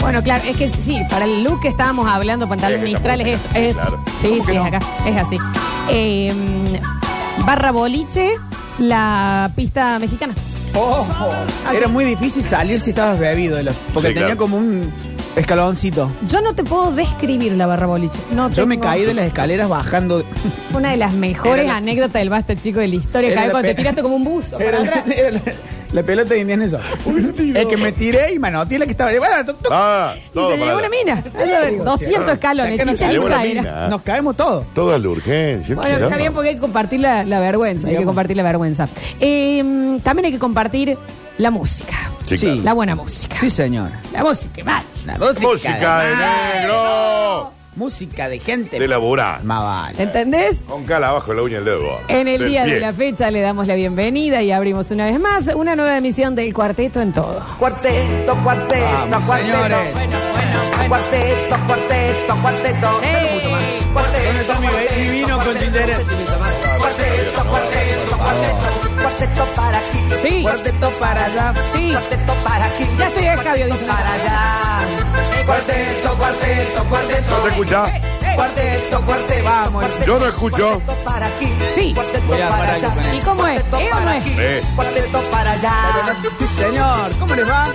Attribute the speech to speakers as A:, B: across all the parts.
A: Bueno, claro, es que sí, para el look que estábamos hablando, pantalón
B: Es esta
A: mistral, es esto.
B: música,
A: Es
B: sí,
A: esto.
B: claro.
A: Sí,
B: ¿Cómo
A: sí,
B: que
A: es
B: no?
A: acá, es así. Eh, barra boliche, la pista mexicana.
C: Ojo.
A: Así.
C: Era muy difícil salir si estabas bebido. de los- porque
B: Sí,
C: tenía
B: claro.
C: como un escaloncito.
A: Yo no te puedo describir la barra boliche. No
C: Yo me
A: tengo-
C: caí de las escaleras bajando.
A: Una de las mejores
C: Era la-
A: anécdotas del basta, chico, de la historia.
C: Era
A: Caer
C: la
A: cuando te
C: pe-
A: tiraste como un buzo. para
C: Era la,
A: atrás.
C: era la- la pelota de Indiana Jones. Es que me tiré y manoteé la que estaba. Bueno, toc, toc.
B: Ah,
A: Y se
B: todo
A: le llevó
B: para
A: una
B: la-
A: mina.
C: digo,
A: 200
C: sí.
A: escalones.
C: Acá no
A: Chicha
B: se llevó
A: lisa
B: una
A: era.
B: mina. Ah.
C: Nos caemos todos.
B: Toda la urgencia.
A: Bueno, está bien porque hay que compartir la, la vergüenza. Hay que
C: Digamos.
A: compartir la vergüenza. Eh, también hay que compartir la música.
B: Sí,
C: Sí.
B: claro.
A: La buena música.
C: Sí, señor.
A: La música, que vale.
C: La música.
B: Música de negro.
C: Música de gente.
B: De laburar.
C: Más vale.
A: ¿Entendés?
B: Con cala abajo la uña del dedo.
A: En el
B: Del
A: día de
B: pie.
A: la fecha le damos la bienvenida y abrimos una vez más una nueva emisión del Cuarteto en Todo.
D: Cuarteto, cuarteto,
C: Vamos,
D: cuarteto.
C: señores.
D: Cuarteto, cuarteto, cuarteto. Cuarteto,
C: ¿Dónde está mi-
D: cuarteto,
C: mi vino con
D: cuarteto,
C: ginger ale?
D: Cuarteto, cuarteto, cuarteto. Cuarteto para aquí.
A: Sí,
C: Cuarteto para allá.
A: sí.
D: Cuarteto para aquí.
A: Ya estoy de escabio,
D: Cuarteto
A: dice la
D: para allá. Cuarteto, cuarteto, cuarteto.
B: ¿No se escucha?
D: Cuarteto, cuarteto,
C: Vamos.
B: Yo no escucho.
D: Cuarteto para aquí.
A: Sí.
D: Cuarteto
C: Voy a
D: para
C: parar yo
D: allá.
C: con
A: ¿Y cómo es? ¿Eh o no es?
B: Eh.
D: Cuarteto para allá.
C: Sí, señor. ¿Cómo les va?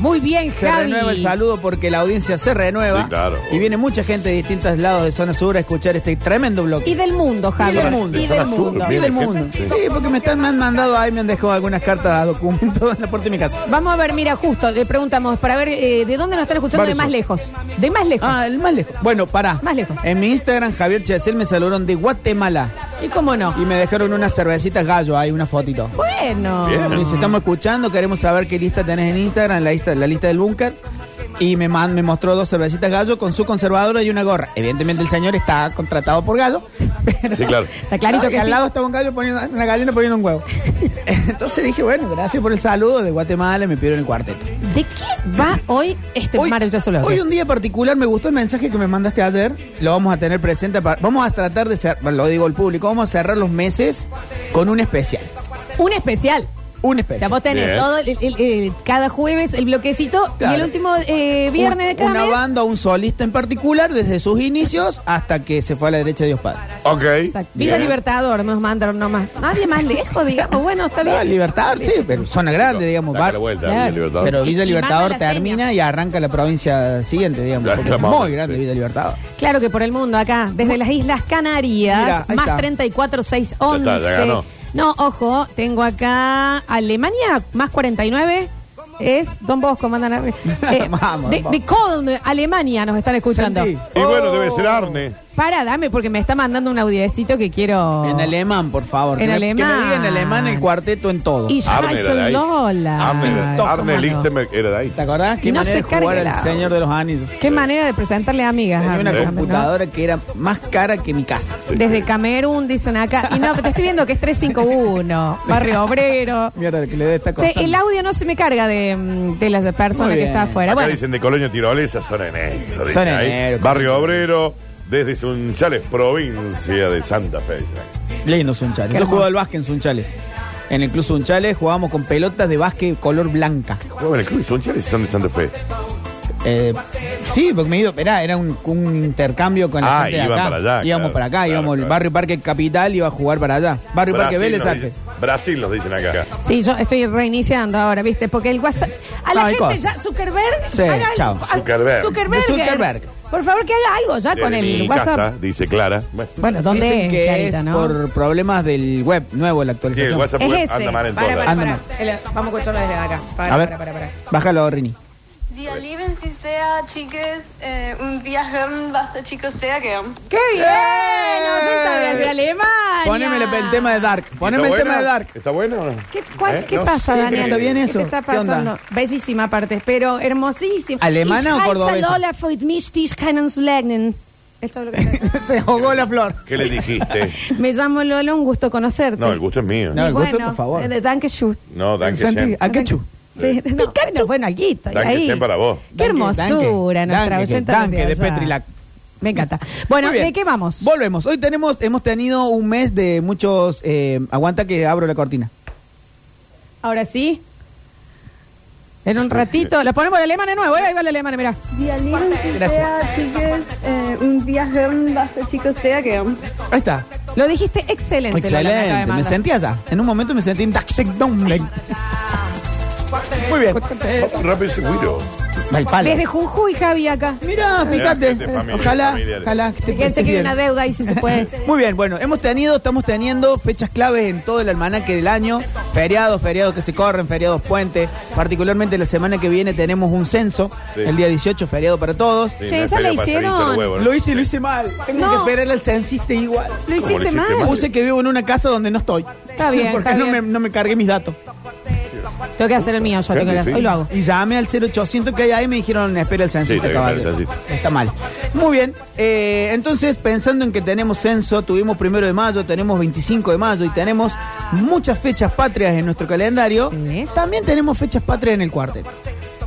A: Muy bien,
C: Se
A: Javi.
C: renueva el saludo porque la audiencia se renueva.
B: Sí, claro.
C: Y viene mucha gente de distintos lados de zona sur a escuchar este tremendo bloque.
A: Y del mundo, Javi.
C: Y del mundo.
A: Y del mundo.
C: Y del mundo.
B: Sí.
C: Sí, porque me, están, me han mandado ahí, me han dejado algunas cartas a documentos en la puerta de mi casa.
A: Vamos a ver, mira, justo, le preguntamos para ver eh, de dónde nos están escuchando de
C: Varios
A: más
C: son.
A: lejos. De más lejos.
C: Ah, el más lejos. Bueno, pará.
A: Más lejos.
C: En mi Instagram, Javier Chesel me saludaron de Guatemala.
A: ¿Y cómo no?
C: Y me dejaron unas cervecitas gallo ahí, una fotito.
A: Bueno.
B: Bien.
C: Me dice, estamos escuchando, queremos saber qué lista tenés en Instagram, la lista, la lista del búnker. Y me, man- me mostró dos cervecitas gallo con su conservadora y una gorra. Evidentemente el señor está contratado por gallo. Pero
B: Sí, claro.
A: Está clarito que
C: al
A: sí.
C: lado estaba un gallo poniendo, una gallina poniendo un huevo. Entonces dije, bueno, gracias por el saludo de Guatemala, me pidieron el cuarteto.
A: ¿De qué va hoy este
C: Hoy,
A: maravilloso logro?
C: hoy un día particular, me gustó el mensaje que me mandaste ayer, lo vamos a tener presente, pa- vamos a tratar de cerrar, lo digo al público, vamos a cerrar los meses con un especial.
A: Un especial. O
C: Un
A: sea,
C: especial.
A: vos tenés
B: Bien.
A: todo el- el- el- cada jueves el bloquecito y el
C: Claro.
A: último eh, viernes de
C: Un-
A: cada
C: una
A: mes.
C: banda, un solista en particular, desde sus inicios hasta que se fue a la derecha de Dios Padre.
B: Ok.
A: Exacto. Viva
B: Bien.
A: Libertador, nos mandaron nomás. Nadie más lejos, digamos. Bueno, está
C: Ah,
A: bien.
C: Libertad, sí, pero zona grande, digamos.
B: Saca
C: bar-
B: la vuelta,
A: Claro.
B: Villa Libertador.
C: pero Villa
A: Y- y
C: Libertador
A: manda la
C: termina
A: seña.
C: y arranca la provincia siguiente, digamos.
B: Ya,
C: porque
B: ya
C: es
B: vamos,
C: muy grande
B: sí.
C: Villa Libertador.
A: Claro que por el mundo, acá, desde las Islas Canarias,
C: Mira, ahí
A: más
C: está.
A: 34, 6, 11.
B: Ya está, ya ganó.
A: no, ojo, tengo acá Alemania, más 49. Es Don Bosco, mandan arriba. Eh,
C: Vamos,
A: de,
C: vamos.
A: de Köln, Alemania, nos están escuchando.
C: Santi,
B: Y bueno, debe
A: Oh.
B: ser Arne.
A: Para, dame, porque me está mandando un audiecito que quiero.
C: En alemán, por favor.
A: Oh. En
C: que me- Que
A: alemán.
C: me diga en alemán el cuarteto en todo.
A: Y ya
B: Arne era de
A: soy
B: ahí.
A: Lola.
B: Arne, era-
C: Toca,
B: Arne
C: mano.
B: Lichtenberg era de ahí.
C: ¿Te acordás? Qué
A: Y no
C: manera
A: se
C: de jugar
A: cargue
C: el
A: la-
C: Señor de los Anillos.
A: Qué manera de presentarle amigas.
C: Tenía
A: Arne,
C: una
A: también, ¿no?
C: computadora que era más cara que mi casa.
A: Desde Camerún, dicen acá. Y no, te estoy viendo que es 351, Barrio Obrero.
C: Mierda, que le dé esta cosa.
A: Che, el audio no se me carga de, mm, de las personas
C: Muy
A: que
C: bien.
A: está afuera.
B: Acá
A: Bueno,
B: dicen de Colonia Tirolesa, zona de negro. dicen
C: Zona de
B: ahí.
C: negro.
B: Barrio Obrero, desde Sunchales, provincia de Santa Fe. dicen.
C: Lindo Sunchales.
A: Qué
C: Yo
A: hermoso.
C: jugaba al básquet en Sunchales. En el Club Sunchales jugábamos con pelotas de básquet color blanca.
B: Bueno, el club Sunchales son de Santa Fe.
C: Eh, sí, porque me he ido, era, era un, un intercambio con la
B: Ah,
C: gente de
B: iban
C: acá.
B: para allá,
C: íbamos
B: claro,
C: para acá,
B: claro,
C: íbamos al
B: claro.
C: barrio Parque Capital iba a jugar para allá. Barrio Parque Vélez
B: nos
C: Arce.
B: dicen, Brasil nos dicen acá.
A: sí, yo estoy reiniciando ahora, ¿viste? Porque el WhatsApp. A la
C: No, hay
A: gente
C: cosas.
A: ya, Zuckerberg.
C: Sí,
A: haga algo.
C: chao.
A: Ah,
B: Zuckerberg.
A: Zuckerberg.
C: Zuckerberg.
A: Por favor, que haga algo ya con
B: Desde
A: el
B: mi
A: WhatsApp.
B: casa, dice Clara. Bueno,
A: Bueno, ¿dónde
C: Dicen
A: es,
C: que
A: Clarita,
C: es
A: no?
C: por problemas del web nuevo, la
B: sí,
C: actualización.
B: el WhatsApp web
A: Es ese.
B: anda mal en
A: Para,
B: todas.
A: para,
C: Anda
A: para. El- Vamos a escucharlo desde acá. Para,
C: a ver,
A: para, para, para.
C: bájalo, Rini.
E: Día libre si sea, chiques. Eh, un día hören, basta, chicos, sea que.
A: ¡Qué bien! Nos está desde Alemania.
C: ¡Eh! Poneme el, el tema de Dark. Poneme el
B: ¿Está
C: tema de
B: buena?
C: Dark.
B: ¿Está bueno o no?
A: ¿Qué, cuál-
B: ¿Eh?
A: qué
B: No,
A: pasa,
B: sí,
A: Daniel?
C: ¿Está bien eso?
A: ¿Qué te está
C: ¿Qué onda?
A: pasando? Bellísima parte, pero hermosísima.
C: ¿Alemana
A: Ich
C: o
A: heiße
C: cordobesa?
A: Lola freut mich, dich kennenzulernen. Esto es lo que está-
C: Se ahogó la flor.
B: ¿Qué le dijiste?
A: Me llamo Lola, un gusto conocerte.
B: No, el gusto es mío.
C: No.
B: No,
C: el gusto, por favor.
A: eh, de- Danke schön.
B: danke
C: Santi,
B: schön.
C: ¿a qué chu?
A: Sí, no, bueno, bueno, alguito. y
B: Danke
A: ahí.
B: schön Eh. para vos.
A: Qué hermosura, nuestra oyenta
C: Danke, de
A: allá.
C: Petrilac.
A: Me encanta. Bueno,
C: Muy bien.
A: ¿de qué vamos?
C: Volvemos. Hoy tenemos, hemos tenido un mes de muchos. eh, aguanta que abro la cortina.
A: Ahora sí. En un ratito. Lo ponemos el alemán de nuevo, ¿eh? Ahí va el alemán, mirá.
C: Gracias.
E: un viaje basta chicos sea que
C: Ahí está.
A: Lo dijiste excelente. lo que me acaba de
C: Excelente. Me
A: mandar.
C: sentí allá. En un momento me sentí en Daxekdongleng. Muy bien.
B: Vamos rápido y seguro.
C: Al palo.
A: Desde Jujuy, Javi, acá.
C: Mira, fíjate.
B: gente, familia,
C: Ojalá,
B: familiares.
C: ojalá que te
A: Fíjense
C: portes
A: que hay
C: bien.
A: una deuda ahí, si se puede.
C: Muy bien, bueno, hemos tenido, estamos teniendo fechas claves en todo el almanaque del año, feriados, feriados que se corren, feriados puentes, particularmente la semana que viene tenemos un censo,
B: Sí.
C: el día 18, feriado para todos.
B: Sí,
A: Che,
B: no
A: esa
B: pega
A: la
B: para hacer
A: hicieron.
B: hinchar huevo, ¿no?
C: Lo hice y lo hice mal, tengo
A: No.
C: que esperar al censista igual.
A: Lo
B: ¿Cómo lo
A: hiciste
B: hiciste
A: mal.
B: mal?
C: Puse que vivo en una casa donde no estoy.
A: Está bien,
C: Porque
A: está
C: no,
A: bien.
C: Me, no me cargué mis datos.
A: Tengo que hacer el mío, yo tengo que hacer. Hoy lo hago.
C: Y llamé al 0800 que hay ahí y me dijeron, espera el censista,
B: Sí, está bien,
C: caballero".
B: está bien,
C: Está mal. Muy bien, eh, entonces pensando en que tenemos censo, tuvimos primero de mayo, tenemos 25 de mayo y tenemos muchas fechas patrias en nuestro calendario,
A: Sí.
C: también tenemos fechas patrias en el cuarteto.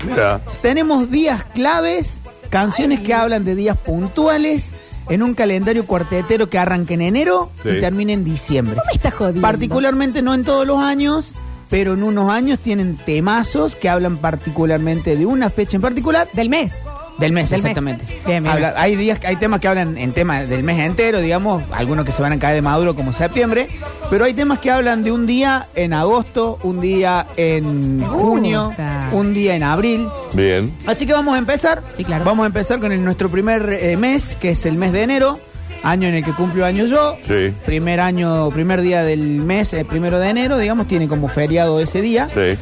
B: Mira,
C: Tenemos días claves, canciones que hablan de días puntuales, en un calendario cuartetero que arranca en enero y
B: Sí.
C: termina en diciembre.
A: ¿Cómo estás jodido?
C: Particularmente no en todos los años, pero en unos años tienen temazos que hablan particularmente de una fecha en particular
A: Del mes.
C: del mes,
A: Del mes.
C: exactamente.
A: Bien, bien.
C: Habla- hay días, hay temas que hablan en temas del mes entero, digamos, algunos que se van a caer de maduro como septiembre, pero hay temas que hablan de un día en agosto, un día en junio,
A: gusta.
C: un día en abril.
B: bien.
C: Así que vamos a empezar.
A: Sí, claro.
C: Vamos a empezar con el- nuestro primer eh, mes, que es el mes de enero, año en el que cumplo año yo.
B: Sí.
C: Primer año, primer día del mes, el primero de enero, digamos, tiene como feriado ese día.
B: Sí.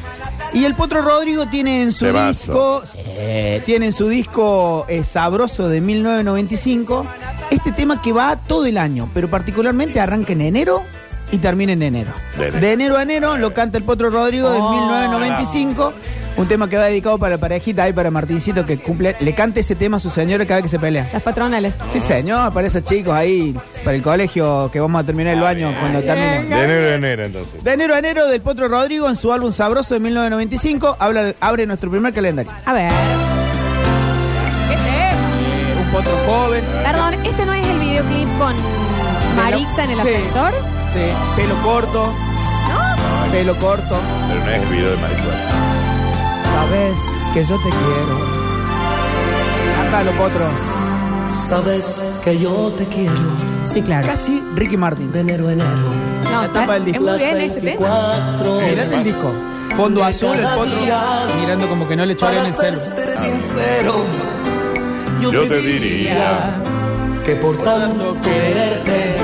C: Y el Potro Rodrigo tiene en su
B: Temazo.
C: disco, eh, tiene en su disco eh, Sabroso de 1995 este tema que va todo el año, pero particularmente arranca en enero y termina en enero.
B: De enero.
C: De enero a enero lo canta el Potro Rodrigo de
A: Oh.
C: 1995. Un tema que va dedicado para la parejita y para Martincito que cumple, le canta ese tema a su señora cada vez que se pelea.
A: Las patronales.
C: Sí, señor, para esos chicos ahí, para el colegio que vamos a terminar el año cuando termine.
B: De enero a enero, entonces.
C: De enero a enero del Potro Rodrigo en su álbum Sabroso de 1995 habla, abre nuestro primer calendario.
A: A ver. ¿Qué tema?
C: Un Potro joven,
A: Perdón, este no es el videoclip con Marixa en el
C: Sí.
A: ascensor.
C: sí, pelo corto,
A: ¿No?
C: pelo corto.
B: Pero no es el video de Marichuana.
C: Sabes que yo te quiero. Cántalo, Potro.
F: Sabes que yo te quiero
A: Sí, claro.
C: Casi Ricky Martin.
F: de enero a enero.
A: No,
C: La tapa del
A: es
C: disco.
A: muy
F: Las
A: bien este tema.
F: 24
C: Mirá el disco. Fondo azul, el Potro.
F: Cada día.
C: Mirando como que no le chorean
F: Para
C: el celo.
F: serte sincero,
B: Yo te diría.
F: que por tanto quererte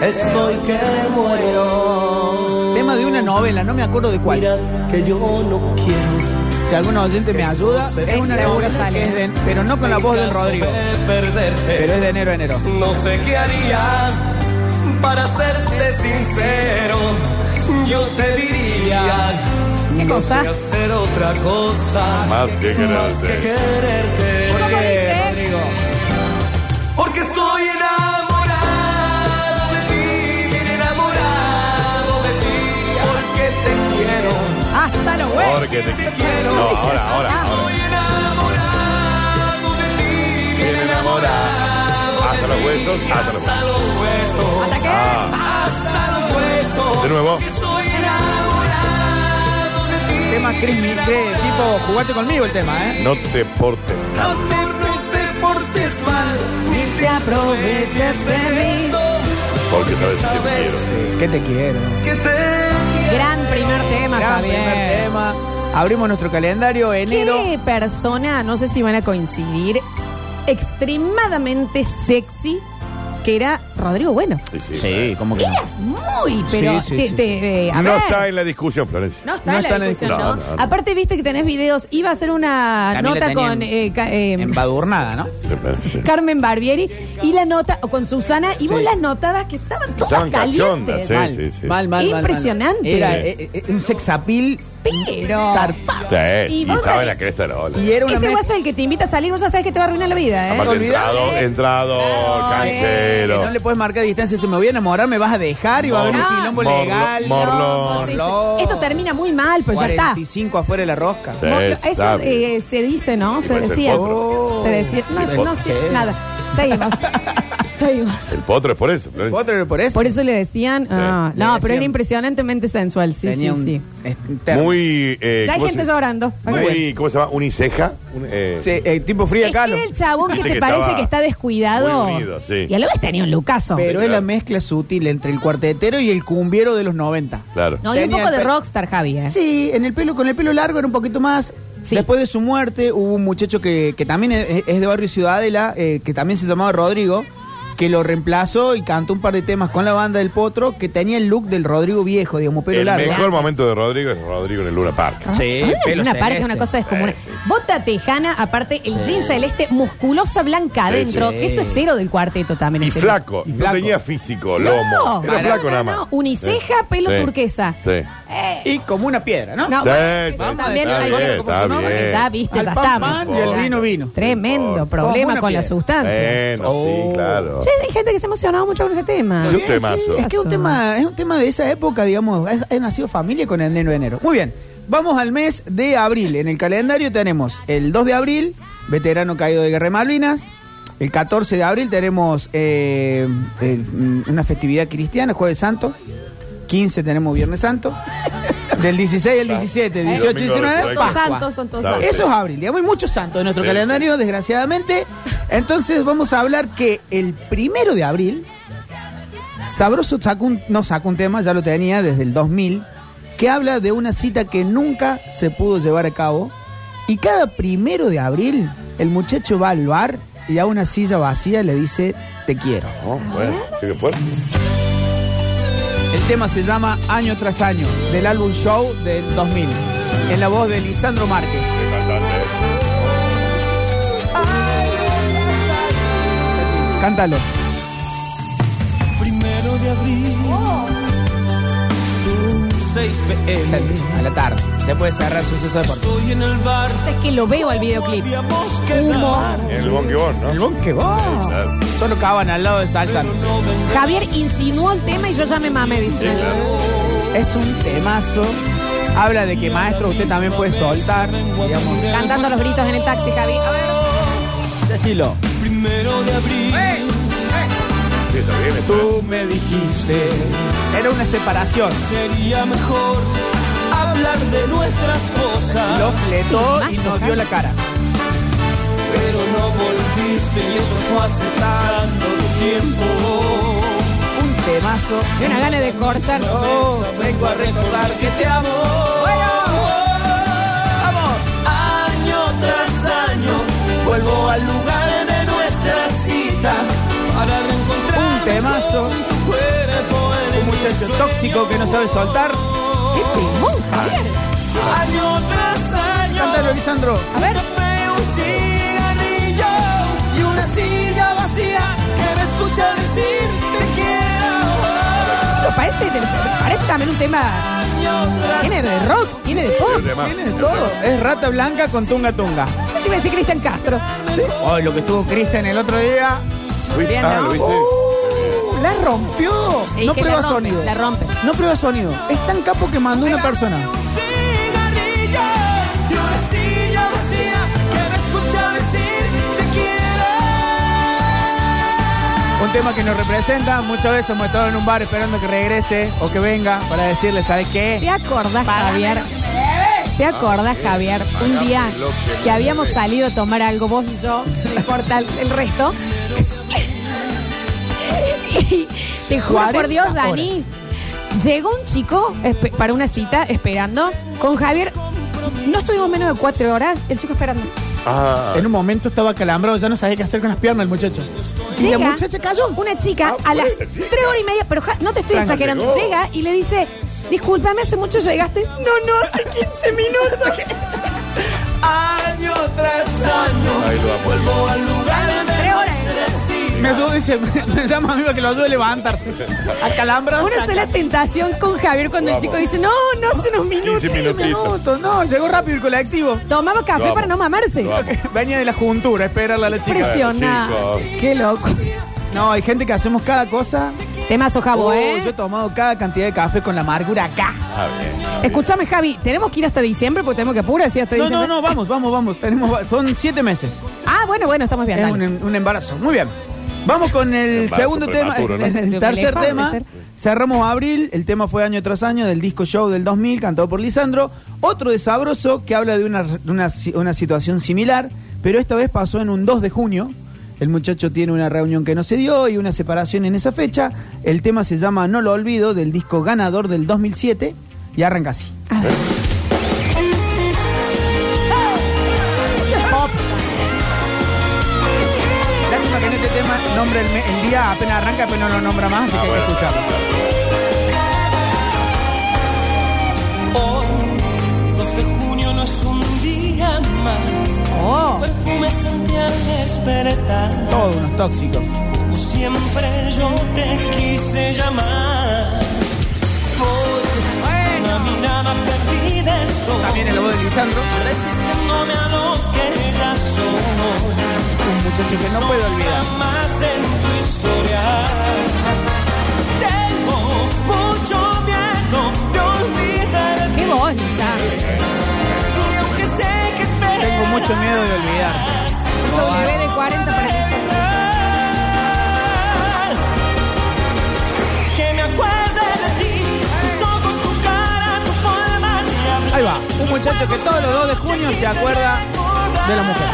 F: estoy que muero.
C: Tema de una novela, no me acuerdo de cuál.
F: Mira que yo no quiero.
C: Si algún oyente me ayuda, es una
A: Seguro
C: novela,
A: sale.
C: que es de- pero no con la voz del
F: Caso
C: Rodrigo.
F: de Perderte.
C: Pero es de enero a enero.
F: No sé qué haría para serte sincero. Yo te diría
A: ¿Qué
F: no
A: cosa?
F: sé hacer otra cosa
B: Más que
F: más que
B: quererte.
F: quererte,
A: ¿Cómo dice?
C: Rodrigo.
F: porque estoy enamorado de ti, bien enamorado de ti, porque te quiero,
A: Hasta los huevos.
B: Porque te
F: te quiero.
B: No, ahora, ahora,
F: Estoy
B: ahora.
F: enamorado de ti, bien enamorado
B: Hasta los huesos, hasta los
F: hasta
B: huesos.
F: los huesos.
A: ¿Hasta qué?
B: Ah,
F: hasta los huesos.
B: De nuevo.
F: Estoy enamorado de ti.
C: Tema Chris Mi- que tipo, jugate conmigo el tema, ¿eh?
B: no te portes.
F: Amor, no te portes mal, ni
A: Te aproveches de mí.
B: Porque sabes que te quiero.
C: Que te quiero.
F: que te
A: Gran primer tema,
C: Gran primer
A: Javier.
C: tema. Abrimos nuestro calendario, enero.
A: ¿Qué persona, no sé si van a coincidir, extremadamente sexy que era Rodrigo Bueno?
B: Sí, sí. Eh,
C: como
A: Eras muy, pero
C: Sí, sí,
A: te-
C: sí.
A: te- eh, a
B: No
A: ver.
B: está en la discusión, Florencia.
A: No está
C: No
A: en la
C: está en la
A: discusión, ¿no?
B: discusión. No, no, no.
A: Aparte, viste que tenés videos. Iba a hacer una
C: También la
A: nota
C: tenía
A: con
C: en-
A: eh, ca- eh,
C: Embadurnada, ¿no?
A: Carmen Barbieri y la nota o con Susana. Y vos
C: Sí.
A: las notabas que estaban todas
B: Estaban
A: calientes.
B: cachondas, sí,
C: Mal,
B: sí, sí.
C: mal, mal, mal,
A: Impresionante.
C: mal. Era
B: Sí.
C: eh, eh, un sexapil
A: Pero.
C: zarpado.
B: Sí,
A: Y
B: y
A: vos
B: estaba
A: sabés-
B: en la cresta de la ola.
C: Y era una
A: Ese
C: mezcla-
A: guaso el que te invita a salir, vos ya sabés que te va a arruinar la vida, ¿eh?
B: Aparte,
C: olvidate.
B: entrado,
A: Claro, eh,
B: entrado, canchero.
C: No le puedes marcar distancia. Si me voy a enamorar, me vas a dejar y va a haber un
A: No.
C: quilombo
B: Morlo-
C: legal.
B: morlo-
A: No, sí, sí.
C: Morlón.
A: Esto termina muy mal, pues ya está.
C: 45 afuera de la rosca.
B: Sí,
A: Morlo- Eso
B: está bien.
A: eh, se dice, ¿no? Oh.
B: Sí,
A: Se
B: parece el
A: decía.
B: potro.
A: Se decía. No,
B: Sí, el
A: no
B: potro.
A: sé, nada. Seguimos. está viva.
B: El potro es por eso, Florencia.
C: Potro era por eso.
A: Por eso le decían. ah,
C: Sí.
A: no,
C: Le
A: pero era
C: decían-
A: impresionantemente sensual. Sí,
C: Tenía
A: sí,
C: un- este,
A: sí.
C: es un termo.
B: Muy. eh,
A: Ya hay
B: ¿cómo
A: gente
B: se-
A: llorando.
B: Muy, ¿cómo se llama? Uniceja. Un, eh,
C: Sí, eh, tipo Frida
A: Es que
C: Kahlo.
A: era el chabón que
B: Viste
A: te
B: que
A: parece
B: estaba
A: que está descuidado.
B: muy unido, sí.
A: Y a la vez tenía un lucaso.
C: Pero es la mezcla sutil entre el cuartetero y el cumbiero de los 90.
B: Claro.
A: no, y un
C: tenía
A: poco
C: el
A: de
C: pe-
A: rockstar, Javi. ¿eh?
C: Sí, en el pelo, con el pelo largo era un poquito más.
A: Sí.
C: Después de su muerte hubo un muchacho que, que también es, es de Barrio Ciudadela, eh, que también se llamaba Rodrigo, que lo reemplazó y cantó un par de temas con la banda del Potro, que tenía el look del Rodrigo viejo, digamos, pelo
B: el
C: largo.
B: mejor momento de Rodrigo es Rodrigo en Este, el Luna Park.
C: Sí,
A: Ah,
C: pelo
A: una parte,
C: celeste.
A: una cosa descomunal.
B: Eh, sí, sí.
A: Bota tejana, aparte el jean celeste, musculosa blanca
B: Sí,
A: adentro.
C: sí.
A: que Eso es cero del cuarteto también.
B: Y
A: en serio.
B: flaco.
C: Y
B: No
C: flaco.
B: tenía físico,
A: No, no,
B: lomo. Era flaco
A: no,
B: nada
A: no,
B: más.
A: uniceja, pelo
B: Sí.
A: turquesa.
B: Sí.
A: Eh,
C: Y como una piedra, ¿no?
A: no,
B: Sí,
A: bueno,
B: sí,
A: eso
B: sí,
A: también
C: está
A: hay
C: bien,
A: cosas como
C: está
A: su nombre, que
B: bien.
A: ya viste,
C: Al
A: ya
C: pan,
A: estamos.
C: pan y al vino, vino.
A: Tremendo
B: Como
A: problema
C: una
A: con la
C: piedra.
A: sustancia.
B: Bueno, sí,
C: Oh.
B: claro.
A: Che, hay gente que se ha emocionado mucho con ese tema.
B: Sí, un temazo.
C: es que es un tema, es un tema de esa época, digamos, es- he nacido familia con el neno de enero. Muy bien, vamos al mes de abril. En el calendario tenemos el 2 de abril, veterano caído de Guerra de Malvinas. El 14 de abril tenemos eh, el- mm, una festividad cristiana, Jueves Santo. 15 tenemos Viernes Santo. Del 16 al 17,
B: El
C: 18 y
B: domingo de
A: Todos
C: 19,
B: Pascua.
A: santos, son todos
B: Está
A: santos.
B: bien.
C: eso es abril, digamos, hay muchos santos en nuestro
B: Sí,
C: calendario, desgraciadamente. Entonces vamos a hablar que el primero de abril, Sabroso sacó un, no sacó un tema, ya lo tenía desde el 2000, que habla de una cita que nunca se pudo llevar a cabo. Y cada primero de abril, el muchacho va al bar y a una silla vacía le dice, te quiero.
B: Oh, bueno, sí que fue.
C: El tema se llama Año tras Año, del álbum Show del 2000, en la voz de Lisandro Márquez. Cántalo.
F: Primero de abril, 6 pm.
C: a la tarde. Después de cerrar suceso deportivo.
F: Estoy en el bar,
A: Es que lo veo al videoclip.
F: habíamos quedado.
B: En el bonquebón, ¿no?
C: El bonque va.
B: Claro.
C: Solo caban al lado de Salsa.
F: No ven-
A: Javier insinuó el tema y yo ya me mamé,
B: Sí,
A: dice.
B: claro.
C: Es un temazo. Habla de que maestro usted también puede soltar. Digamos.
A: Cantando los gritos en el taxi, Javi. A ver.
C: Decilo.
F: Primero de
B: Sí,
F: abril,
B: está bien. está bien.
C: Tú me dijiste. Era una separación.
F: sería mejor hablar de nuestras cosas.
C: Lo fletó y nos dio la cara.
F: Pero no volviste y eso fue hace tanto tiempo.
C: Un temazo.
A: Tiene una gana de cortar.
C: Oh, vengo a recordar que te amo.
F: Vamos. Año tras año vuelvo al lugar de nuestra cita para reencontrar
C: Un temazo.
F: tu cuerpo en
C: Un muchacho tóxico que no sabe soltar.
A: ¡Qué timón, Javier!
F: Año tras año.
C: Cántalo, Lisandro.
A: A ver.
F: Dame un cigarrillo y una silla vacía que me escucha decir te quiero.
A: Esto parece, parece también un tema.
F: Año tras
A: Tiene de rock, tiene de
B: Es
A: pop.
B: un tema.
C: Tienes todo. Es rata blanca con tunga tunga.
A: Yo te iba a decir Cristian Castro.
C: Sí. Hoy lo que estuvo Cristian el otro día.
B: ¿Viste?
A: Bien,
B: Ah,
A: ¿no? Oh.
B: ¿lo viste?
C: oh. La rompió.
A: Sí,
C: no
A: que
C: prueba
A: la rompe,
C: sonido.
A: La rompe.
C: No prueba sonido. Es tan capo que mandó una persona.
F: cigarrillo y una silla vacía que me escucha decir te quiero.
C: Un tema que nos representa. Muchas veces hemos estado en un bar esperando que regrese o que venga para decirle, ¿sabes
A: ¿Te
C: qué?
A: acordás, Javier? ¿Te acordás, Javier? Un
B: Pagame
A: día
B: lo que me
A: que habíamos
B: debes.
A: salido a tomar algo, vos y yo, no importa el el resto. Y Te juro por
C: 40
A: Dios, Dani. Llegó un chico espe- para una cita esperando con Javier. No estuvimos menos de cuatro horas, el chico esperando.
B: Ah,
C: En un momento estaba calambrado, ya no sabía qué hacer con las piernas el muchacho. Y
A: Llega
C: la muchacha cayó.
A: Una chica
B: Ah,
A: a las
B: buena chica.
A: tres horas y media, pero ja- no te estoy
C: Tranca,
A: exagerando.
B: llegó.
A: Llega y le dice, discúlpame, hace mucho llegaste. No, no, hace 15 minutos.
F: Año tras año
B: Ahí lo amo.
F: vuelvo al lugar de
A: Tres horas.
F: nuestra
C: Me
F: cita.
C: ayudó, dice, me llama a mí para que lo ayude a levantarse. A calambrado.
A: Una sola tentación con Javier cuando
B: Vamos.
A: el chico dice, no, no, hace unos minutos.
B: 15 minutitos.
C: minutos. No, llegó rápido el colectivo.
A: Tomaba café
B: Vamos.
A: para no mamarse.
B: Vamos.
C: Venía de la juntura, esperarla a la chica.
A: Impresionante.
B: Claro,
A: Qué loco.
C: No, hay gente que hacemos cada cosa.
A: Temazo, Jabo,
C: Oh,
A: ¿eh?
C: Yo he tomado cada cantidad de café con la amargura acá.
B: Ah, bien.
A: Escúchame, Javi, tenemos que ir hasta diciembre porque tenemos que apurar, ¿sí? Hasta
C: No, no,
A: diciembre.
C: no, vamos, vamos, vamos. Tenemos, son siete meses.
A: Ah, bueno, bueno, estamos bien.
C: Es
A: dale.
C: un, un embarazo. Muy bien. Vamos con el
B: Embarazo
C: segundo tema,
B: prematuro, ¿no?
C: el tercer
A: Elefante,
C: tema.
A: ser.
C: Cerramos abril, el tema fue año tras año del disco Show del 2000, cantado por Lisandro. Otro de Sabroso que habla de una, una, si- una situación similar, pero esta vez pasó en un 2 de junio. El muchacho tiene una reunión que no se dio y una separación en esa fecha. El tema se llama No lo olvido, del disco ganador del 2007, y arranca así. Lástima que en este tema nombra el, me- el día, apenas arranca, pero no lo nombra más, así que hay que escucharlo.
F: Hoy, 2 de junio no es un día más.
A: Oh.
F: Tu Perfume sentí al despertar.
C: Todos unos tóxicos.
F: Como siempre yo te quise llamar. Por una mirada perdida estoy.
C: También el voz de Lisandro,
F: Resistiéndome a lo que ya soy.
C: un muchacho que no puedo olvidar.
F: Más en tu historia. Tengo mucho miedo de olvidarte.
A: Qué voz, Lisa.
F: Y aunque sé que esperas.
C: Tengo mucho miedo de olvidar.
A: W de 40 para Lisa.
F: Que me acuerde de ti, tus ojos, tu cara, tu forma de hablar.
C: Ahí va, un muchacho que todos los 2 de junio se acuerda de la mujer.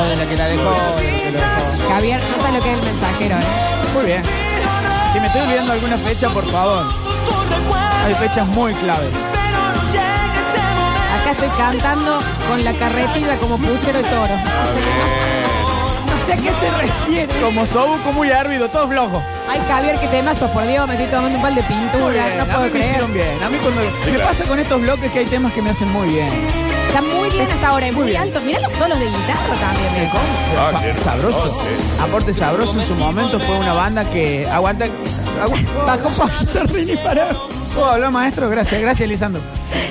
C: O de la que la dejó, o de la que lo dejó.
A: Javier, no sé lo que es el mensajero. ¿eh?
C: Muy bien. Si me estoy olvidando alguna fecha, por favor.
F: Tu recuerdo,
C: Hay fechas muy claves.
F: pero no llegue ese momento.
A: Acá estoy cantando con la carretilla como puchero y toro. No sé a qué se refiere.
C: Como Sobuco muy árbido, todos flojos.
A: Ay, Javier, qué temazo, por Dios, me estoy tomando un pal de
C: Muy
A: pintura,
C: bien,
A: no
C: a mí
A: puedo
C: me
A: creer.
C: hicieron bien. A mí cuando me
B: claro.
C: pasa con estos bloques que hay temas que me hacen muy bien.
A: Está muy bien hasta ahora, es muy, alto. Mirá los solos de guitarra también.
C: Eh,
A: ¿eh?
C: ¿cómo?
B: Ah,
C: Fa-
B: bien.
C: Sabroso.
B: Ah,
C: Aporte Sabroso en su momento fue una banda que aguanta. agu- Bajó un poquito Rini para. ¿Puedo hablar, maestro? Gracias, gracias, Lisandro.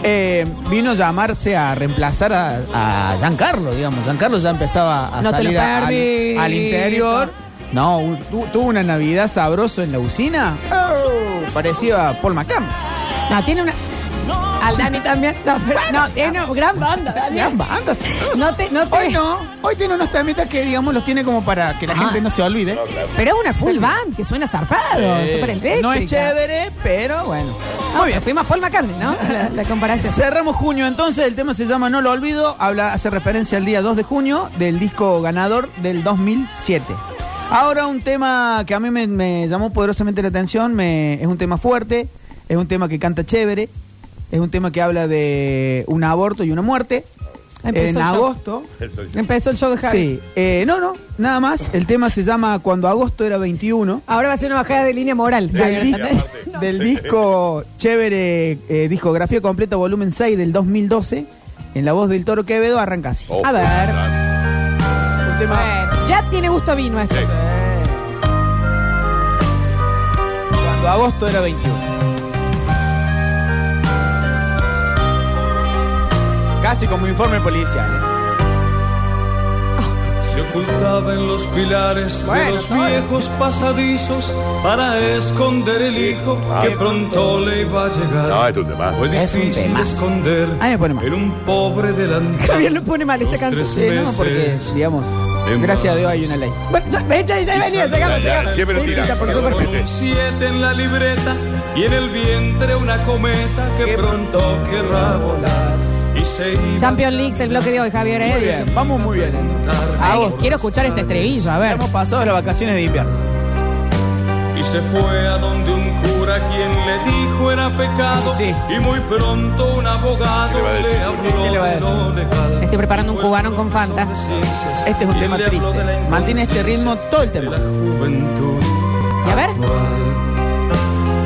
C: Eh, vino a llamarse a reemplazar a, a Giancarlo, digamos. Giancarlo ya empezaba a
A: No te
C: salir
A: lo
C: a- al,
A: permito.
C: al interior. No, un- tu- tuvo una Navidad sabroso en la usina. Oh, parecido a Paul McCartney.
A: No, tiene una. Al Dani también. No, pero, no, tiene una gran banda, Dani.
C: Gran banda.
A: No te, no te.
C: Hoy no, hoy tiene unos temitas que, digamos, los tiene como para que la
A: Ah.
C: gente no se olvide.
A: Pero es una full band que suena zarpado,
C: Eh,
A: súper eléctrica.
C: no es chévere, pero bueno.
A: Muy bien. Ah, Fuimos Paul McCartney, ¿no? La, la comparación.
C: Cerramos junio entonces, el tema se llama No lo olvido, habla, hace referencia al día 2 de junio del disco ganador del 2007. Ahora un tema que a mí me, me llamó poderosamente la atención, me- es un tema fuerte, es un tema que canta chévere, es un tema que habla de un aborto y una muerte.
A: Empezó
C: en
A: el show.
C: agosto.
A: Empezó el show de Javier.
C: Sí, eh, no, no, nada más. El tema se llama Cuando agosto era 21.
A: Ahora va a ser una bajada de línea moral.
C: del,
A: Javier,
C: di-
A: ¿entendés?
B: aparte.
C: del disco chévere, eh, discografía completa, volumen 6 del 2012, en la voz del Toro Quevedo, arranca así.
A: A ver.
C: Un tema-
A: Bueno, ya tiene gusto vino esto.
B: Sí.
C: Cuando agosto era 21. Casi como informe policial. ¿eh?
G: Se ocultaba en los pilares
A: Bueno,
G: de los
A: todo.
G: viejos pasadizos para esconder el hijo que pronto le iba a llegar.
B: No, es un tema.
G: Fue
C: Es un
G: difícil
C: temazo.
G: esconder
C: Ahí me pone mal.
G: en un pobre delantal.
A: Javier lo pone mal esta
G: Los
A: canción.
G: tres
C: Sí, no,
G: meses
C: porque, digamos,
G: de
C: gracias a Dios
G: más.
C: hay una ley.
A: Bueno, ya, ya, ya venía, llegamos,
B: Ya, ya,
A: llegamos.
B: siempre lo
A: Sí, sí,
B: tira.
A: ya, por supuesto.
G: Con un siete en la libreta y en el vientre una cometa que pronto querrá volar. Y se iba
A: Champions League, el bloque de hoy, Javier. ¿eh?
C: Muy bien, vamos muy bien. entonces.
G: a
A: Ay,
C: Agosto.
A: quiero escuchar este estribillo, a ver.
C: Hemos pasado las vacaciones de invierno.
G: Y se fue a donde un cura quien le dijo era pecado.
C: Sí.
G: Y muy pronto un abogado
B: ¿Qué le va a decir?
G: le habló
C: ¿Qué le va a
G: de lo legal.
A: Estoy preparando un
G: Y fue
A: cubano
G: el
A: con
G: profesor
A: Fanta.
G: de ciencias
C: Este es un
G: quien
C: tema
G: le habló
C: triste.
G: de la
C: Mantiene este ritmo todo el tema.
G: De la juventud.
A: Y a ver.
G: actual.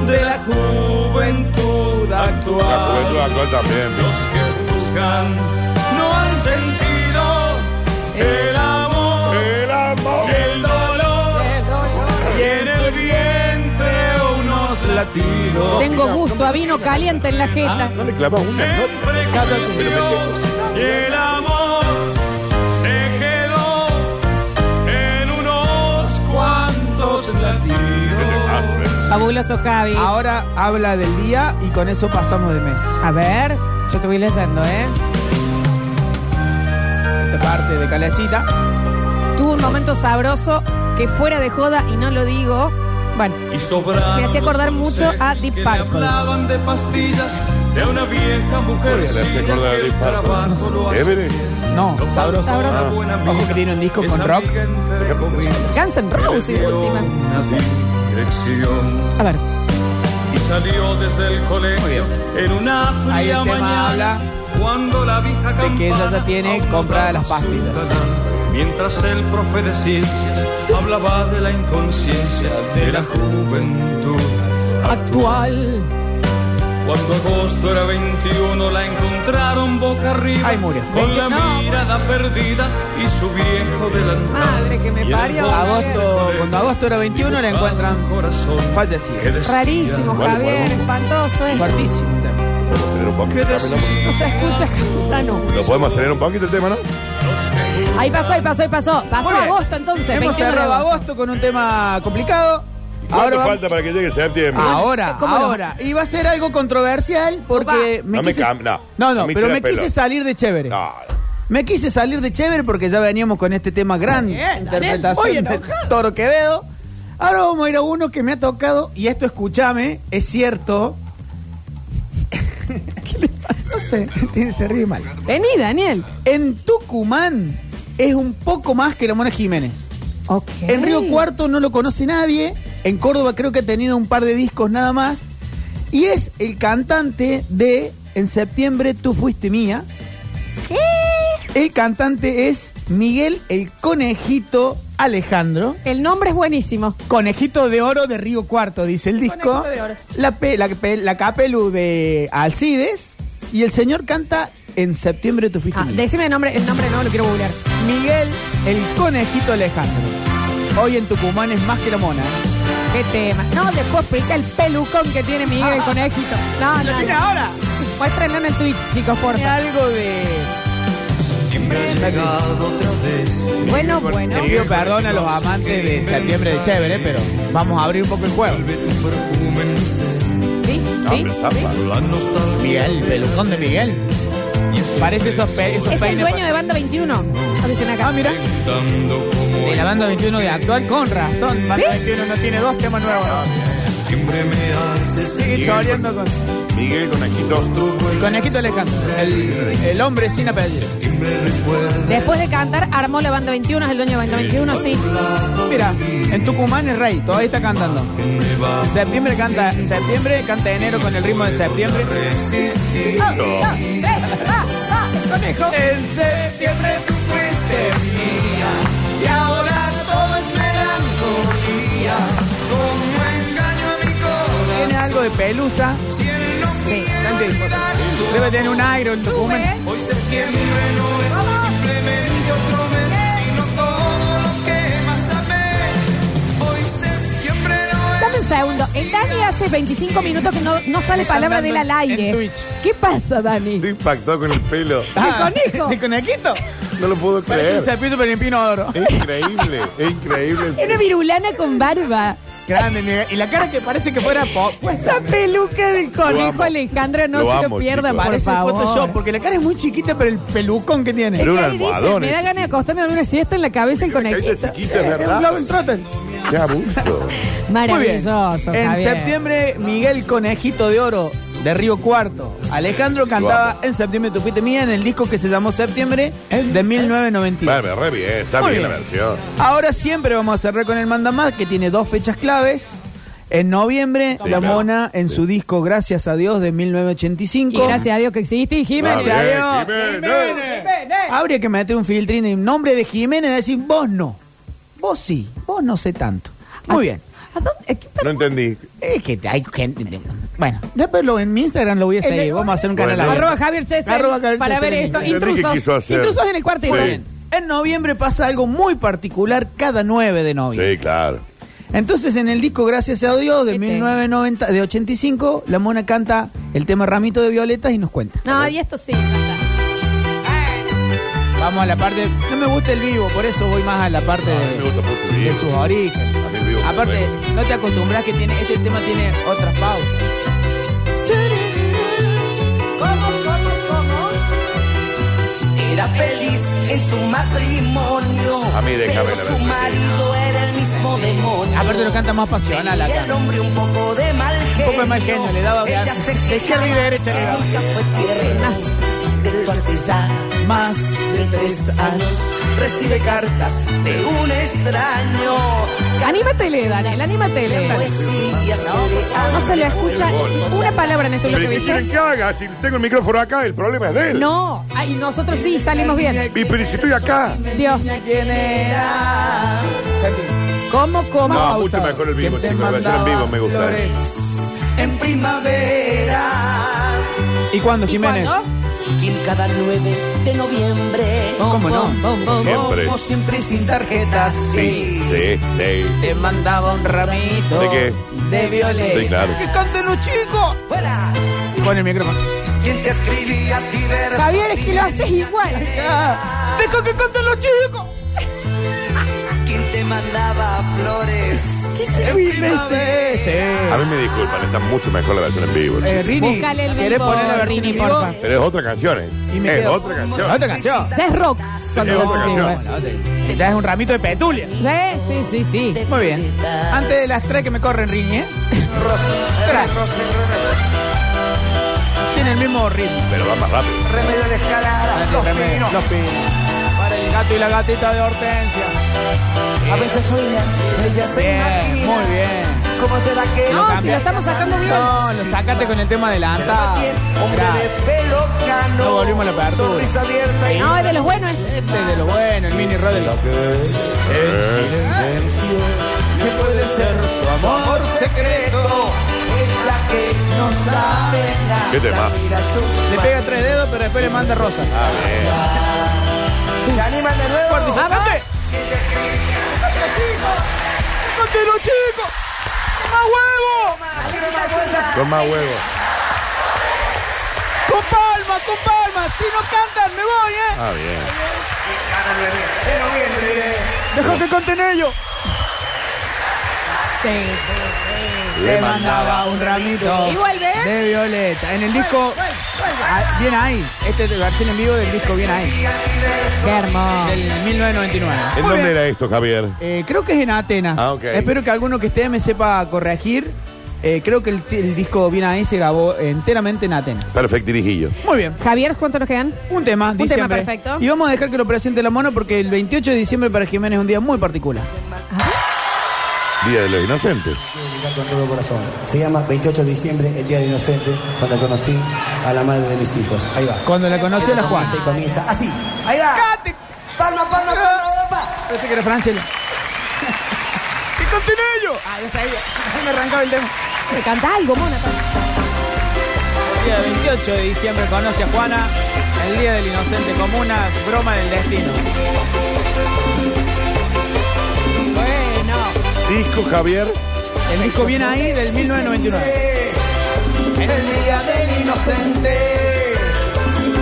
G: De la juventud actual.
B: La juventud actual también.
G: Los que buscan no han sentido
C: Eh.
G: el amor,
B: El amor.
G: el dolor y en el vientre unos latidos.
A: Tengo gusto a vino caliente en la jeta.
B: No le clavas una
G: En
B: nota.
G: prejuicios y el amor se quedó en unos cuantos latidos.
A: Fabuloso Javi.
C: Ahora habla del día y con eso pasamos de mes.
A: A ver, yo te voy leyendo, ¿eh?
C: Esta parte de Calecita.
A: Tuvo un momento sabroso que fuera de joda y no lo digo. Bueno,
G: Y sobraron
A: Me hacía acordar
G: los
A: mucho a
G: consejos
A: Deep
G: que le
A: Purple.
G: hablaban de pastillas de una vieja mujer.
B: Podría haberse
G: sin
B: acordado de
G: que el
B: Deep Purple.
G: trabajo lo hace
B: Chévere.
G: bien.
C: No,
G: Lo
C: sabroso.
G: falta una
B: Ah.
G: buena
C: Ojo
G: amiga,
C: que tiene un disco
G: esa
C: con rock.
G: amiga, entre
B: Déjame
G: comillas,
A: Guns N' Roses,
G: le dio
A: última.
G: una dirección.
A: a ver.
G: y salió desde el colegio en una fría
C: Ahí el tema
G: mañana
C: habla
G: cuando la vieja
C: de que ella
G: campana
C: ya tiene
G: aún
C: comprada
G: daba
C: las pastillas.
G: su canal. mientras el profe de ciencias hablaba de la inconsciencia de la juventud
A: Actual.
G: cuando agosto era 21 la encontraron boca arriba
C: Ay, murió.
G: con la
A: No.
G: mirada perdida y su viejo delantal
A: Madre que me
G: Y el
A: parió.
C: Agosto, cuando agosto era 21 la
G: dibujaba
C: encuentran
G: un corazón
C: fallecida.
G: que decía-
A: Rarísimo,
B: Bueno,
A: Javier.
B: bueno.
A: Espantoso. eh.
C: Fuertísimo.
B: Podemos acelerar un
G: que
B: poquito,
G: decía
B: Carmen,
A: No se escucha cantano.
B: ¿no? ¿Lo podemos acelerar un poquito el tema, no?
A: Ahí pasó, ahí pasó, ahí pasó. Pasó
C: Muy bien.
A: agosto entonces.
C: Hemos
A: 21 de
C: cerrado
A: agosto.
C: agosto con un tema complicado.
B: ¿Cuánto
C: vamos-
B: falta para que llegue septiembre?
C: Ahora,
A: ¿Cómo no?
C: ahora. Y va a ser algo controversial porque
A: Opa.
C: me
B: No me
C: quise-
B: cam- no.
C: no,
B: No me
C: pero
B: hinche
C: me
B: la
C: quise
B: pelota.
C: salir de chévere.
B: No.
C: Me quise salir de chévere porque ya veníamos con este tema grande.
A: Bien, Daniel, muy
C: interpretación de
A: enojado.
C: Toro Quevedo. Ahora vamos a ir a uno que me ha tocado, y esto escúchame, es cierto. No sé, tiene- se ríe mal.
A: Vení, Daniel.
C: En Tucumán es un poco más que la Mona Jiménez.
A: Ok.
C: En Río Cuarto no lo conoce nadie. En Córdoba creo que ha tenido un par de discos nada más. Y es el cantante de En septiembre tú fuiste mía. El cantante es Miguel el Conejito Alejandro.
A: El nombre es buenísimo.
C: Conejito de oro de Río Cuarto, dice el disco.
A: Conejito de oro.
C: La, pe- la, pe- la capelu de Alcides. Y el señor canta En septiembre tú fuiste
A: Ah,
C: mía.
A: decime el nombre, el nombre no, lo quiero googlear.
C: Miguel el Conejito Alejandro. Hoy en Tucumán es más que la mona. ¿eh?
A: ¿Qué tema? No, le puedo explicar el pelucón que tiene Miguel el conejito. No, no.
C: tiene
A: no.
C: ahora?
A: Muéstrenlo en el Twitch, chicos, por
C: Tiene
A: favor.
C: algo de.
A: Bueno, bueno.
C: Te pido perdón a los amantes de septiembre de Chévere, pero vamos a abrir un poco el juego.
A: Sí, sí.
B: Hombre, zapa.
C: Miguel, pelucón de Miguel. Parece esos, pe- esos
A: Es el
C: peines
A: dueño de Banda 21. Lo dicen acá.
C: Ah, mira. De la banda 21 de actual, con razón. Banda 21 no tiene dos temas nuevos. Sigue choreando con.
B: Miguel Conejito.
C: El conejito Alejandro. El, el hombre sin apellido.
A: Después de cantar, armó la Banda 21, es el dueño de Banda 21, sí.
C: Mira, en Tucumán es rey, todavía está cantando. En septiembre canta, en septiembre canta enero con el ritmo de septiembre.
A: Un, dos, tres, va, va.
C: Conejo. En septiembre tú fuiste mía y ahora todo es melancolía. Como engaño a mi corazón. Tiene algo de pelusa. Sí, no entiendo. Debe tener un aire, un Tucumán.
A: Sube. Dame un segundo. El Dani hace 25 minutos que no, no sale palabra de él al aire.
C: En Twitch.
A: ¿Qué pasa, Dani?
B: Estoy impactado con el pelo.
C: Ah,
A: conejo.
C: ¿El conejito?
B: No lo puedo
C: Parece un
B: creer.
C: cepillo pero en pinodoro.
B: Es increíble, es
A: Es una
B: increíble.
A: virulana con barba.
C: Grande, Miguel. Y la cara que parece que fuera pop.
A: Esta peluca del
B: Lo
A: conejo
B: amo.
A: Alejandra no
B: Lo
A: se lo
B: amo,
A: pierda,
B: chicos.
A: por
C: Parece el Photoshop,
A: favor.
C: porque la cara es muy chiquita, pero el pelucón que tiene.
A: Es
B: Pero
A: que
B: un
A: ahí dice,
B: almohadón,
A: me da
B: eh.
A: ganas de acostarme a una siesta en la cabeza el
B: Esta
A: conejito.
B: chiquita es
C: Es un
B: verdad.
C: Globetrotter.
B: Qué abuso.
C: Muy bien.
A: Maravilloso,
C: En
A: Javier.
C: septiembre, Miguel Conejito de Oro, de Río Cuarto. Alejandro cantaba en septiembre tu fuiste mía en el disco que se llamó Septiembre de 1992.
B: Vale, re bien, está
C: Muy
B: bien, la
C: bien.
B: versión.
C: Ahora siempre vamos a cerrar con el Mandamás, que tiene dos fechas claves. En noviembre,
B: Sí,
C: La
B: claro.
C: Mona en
B: Sí.
C: su disco Gracias a Dios de 1985.
A: Y gracias a Dios que existe, y Jiménez.
B: Está bien,
C: adiós.
B: Jiménez.
C: Habría que meter un filtrín en nombre de Jiménez y decir, vos no. Vos sí, vos no sé tanto. Muy
A: Ah.
C: bien.
A: ¿A dónde? ¿Qué
B: No entendí.
C: Es que hay gente. de- Bueno, después lo, en mi Instagram lo voy a
A: El-
C: seguir. Vamos a hacer un canal
B: Bueno.
C: abierto.
A: Arroba Javier Chesel
C: Arroba Javier
A: para
C: Chesel
A: ver
C: en
A: esto.
C: Instagram.
B: Entendí que quiso
A: Intrusos.
B: hacer.
A: Intrusos en el cuarteto.
B: Sí.
C: En noviembre pasa algo muy particular cada 9 de noviembre.
B: Sí, claro.
C: Entonces, en el disco Gracias a Dios de
A: ¿Qué tema?
C: 1990, de 85, la mona canta el tema Ramito de Violetas y nos cuenta.
A: No, y esto sí. está.
C: Vamos a la parte. No me gusta el vivo, por eso voy más a la parte
B: Ah, A mí me gusta mucho el
C: de, de
B: vivo.
C: sus orígenes.
B: A mí el vivo me
C: Aparte, no te acostumbras que tiene este tema tiene otras pausas.
F: Era feliz en su matrimonio.
B: A mí déjame la
F: pero su
B: versión.
F: marido era el mismo.
C: Aparte lo canta más pasional
H: Y
C: acá.
H: el hombre un poco de mal genio.
C: poco de mal genio, le daba de-
H: Ella se
C: de
H: quejaba,
C: izquierda y derecha le daba.
H: Nunca fue tierna. Esto hace ya más de tres años. Recibe cartas de un extraño.
A: Anímatele, Daniel, anímatele.
H: Poesía
A: No se le escucha una palabra en esto lo que
B: Pero ¿qué quieren
A: viste.
B: que haga? Si tengo el micrófono acá, el problema es de él.
A: No, ah, y nosotros sí salimos bien.
B: Y pero si estoy acá.
A: Dios,
C: ¿Quién era?
A: ¿cómo, cómo?
B: No, mucho mejor el vivo, chicos. La versión en vivo me gusta.
H: en primavera.
C: ¿Y cuándo,
A: ¿Y
C: Jiménez?
A: cuándo?
H: Quien cada 9 de noviembre.
C: ¿Cómo no?
A: Bom, bom, bom, bom.
B: Siempre.
H: Como siempre sin tarjetas.
B: Sí, sí, sí.
C: Te mandaba un ramito
B: ¿De qué?
C: de violeta.
B: Sí, claro.
C: ¡Que canten los chicos!
H: Fuera.
C: Y pone el micrófono.
H: Quien te escribía diversos
A: Javier, es que lo haces igual.
C: Ah, ¡Deja que canten los chicos!
H: Quien te mandaba flores.
C: Sí,
B: A
C: sí.
B: mí me disculpan, está mucho mejor la versión en vivo.
C: Eh, Rini,
A: Búscale el
C: ¿querés
A: vivo,
C: poner la versión
A: Rini,
C: en vivo?
A: porfa.
B: Pero es otra canción, ¿eh?
C: Y me
B: es
C: quedo-
B: otra canción.
C: Otra canción.
A: Ya es rock.
B: Es otra canción.
C: Que Ya es un ramito de petulia.
A: Sí, sí, sí, sí.
C: Muy bien. Antes de las tres que me corren, Rini, ¿eh? Tres. Tiene el mismo ritmo.
B: Pero va más rápido.
H: Remedio de escalada.
C: Los pinos. Los pinos. Para el gato y la gatita de Hortensia.
H: A veces sueñas, ella se
C: Bien,
H: imagina.
C: muy bien.
H: ¿Cómo será que
A: No, si Ah, lo estamos sacando bien.
C: No, lo sacaste con el tema adelantado.
H: Hombre
C: Gracias.
H: de pelo cano.
C: No volvimos a la apertura.
H: Sonrisa abierta y
A: No, es de los buenos. eh.
C: Este es de lo bueno, el mini Rodri. Eh,
B: Eh,
H: que puede ser su amor secreto. Es la que no sabe nada.
B: ¿Qué tema?
H: Mira su
C: Le pega tres dedos, pero después le manda rosa.
H: Se animan de nuevo.
C: ¡Participante! ¡Cante los chicos! ¡Más huevo!
B: Con más huevos.
C: ¡Con palma, con palma! Si no cantan, me voy, ¿eh?
B: Ah, bien.
C: Deja que canten ellos.
A: Este,
B: Le mandaba
C: un ramito
A: Y vuelve.
C: de violeta. En el disco... Ah, Bien ahí. Este es la versión en vivo del disco Bien ahí.
A: Qué hermoso.
C: Del 1999.
B: ¿En
C: Muy
B: dónde
C: bien.
B: era esto, Javier?
C: Eh, creo que es en Atenas.
B: Ah, ok.
C: Espero que alguno que esté me sepa corregir. Eh, creo que el, el disco Bien ahí se grabó enteramente en Atenas.
B: Perfecto, dirijillo.
C: Muy bien.
A: Javier, ¿cuánto nos quedan?
C: Un tema,
A: tema
C: diciembre.
A: perfecto.
C: Y vamos a dejar que lo presente la mono porque el 28 de diciembre para Jiménez es un día muy particular.
B: Día de los Inocentes.
I: con todo corazón. Se llama 28 de diciembre, el Día del Inocente, cuando conocí a la madre de mis hijos. Ahí va.
C: Cuando la conoció la Juan.
I: Comienza y comienza así. Ahí va.
C: ¡Cate!
I: Palma, palma, palma, palma.
C: Pensé que era Francia. ¡Que continúe yo! Ah, ya sabía. Ahí me arrancaba el tema.
A: Me canta algo, mona.
C: El día 28 de diciembre conoce a Juana. El día del inocente como una broma del destino.
A: Bueno.
B: Disco, Javier.
C: El disco viene ahí del 1999.
H: El día del inocente,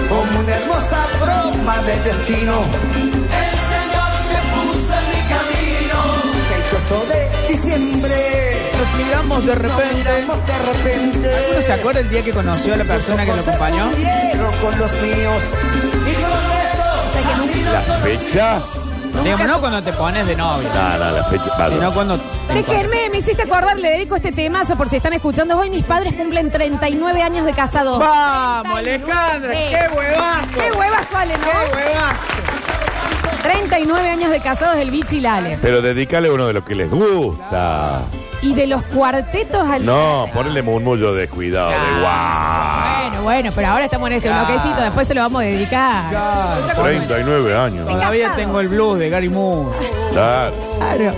H: como una hermosa broma de destino. El Señor te puso en mi camino. 28 de diciembre,
C: Nos miramos de
H: nos
C: repente.
H: miramos de repente.
C: ¿Uno se acuerda el día que conoció a la persona que lo acompañó?
H: Quiero con los míos y con eso.
B: La fecha.
C: Digamos, no cuando te pones de novio,
B: No, no, la fecha.
C: sino
B: Perdón.
C: cuando...
A: Déjenme, me hiciste acordar, le dedico este temazo por si están escuchando. Hoy mis padres cumplen 39 años de casados.
C: ¡Vamos, Alejandra!
A: Sí.
C: ¡Qué huevazo!
A: ¡Qué hueva sale,
C: ¡Qué
A: no!
C: huevazo!
A: 39 años de casados del Bichi y Lale.
B: Pero dedícale uno de los que les gusta.
A: Y de los cuartetos al.
B: No, ponle murmullo de cuidado, de guau.
A: Bueno, bueno, pero ahora estamos en este bloquecito, después se lo vamos a dedicar. Otra cosa,
B: 39 años.
C: Todavía tengo el blues de Gary Moore.
B: Claro.
A: claro.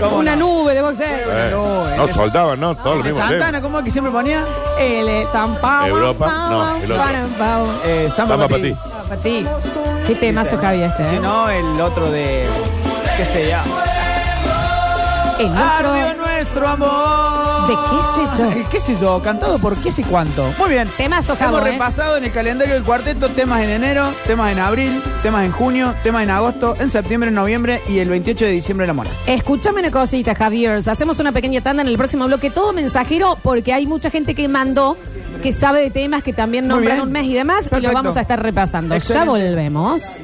C: ¿Cómo
A: Una
C: no?
A: nube de boxeo.
B: Eh,
C: no,
B: No
C: eh.
B: soldaban, ¿no? Todos los
C: ¿De
B: mismos temas.
C: Santana, ¿cómo es que siempre ponía?
A: El estampado.
B: Europa, no, el otro.
C: Eh, Samba
B: Samba
C: para ti.
B: pa' ti.
A: Sí. Qué temazo, Javi, este.
C: Si
A: ¿eh?
C: no, el otro de... ¿Qué se llama?
A: El otro.
C: Ardió nuestro amor.
A: ¿De qué sé yo?
C: El ¿Qué sé yo? Cantado por qué sé cuánto. Muy bien.
A: Temazo, Javo,
C: Hemos
A: ¿eh?
C: repasado en el calendario del cuarteto temas en enero, temas en abril, temas en junio, temas en agosto, en septiembre, en noviembre y el 28 de diciembre la mona.
A: Escúchame una cosita, Javier. Hacemos una pequeña tanda en el próximo bloque. Todo mensajero, porque hay mucha gente que mandó, que sabe de temas que también
C: Muy
A: nombran
C: bien.
A: un mes y demás, y
C: Perfecto.
A: lo vamos a estar repasando. Ya
C: Excelente.
A: volvemos.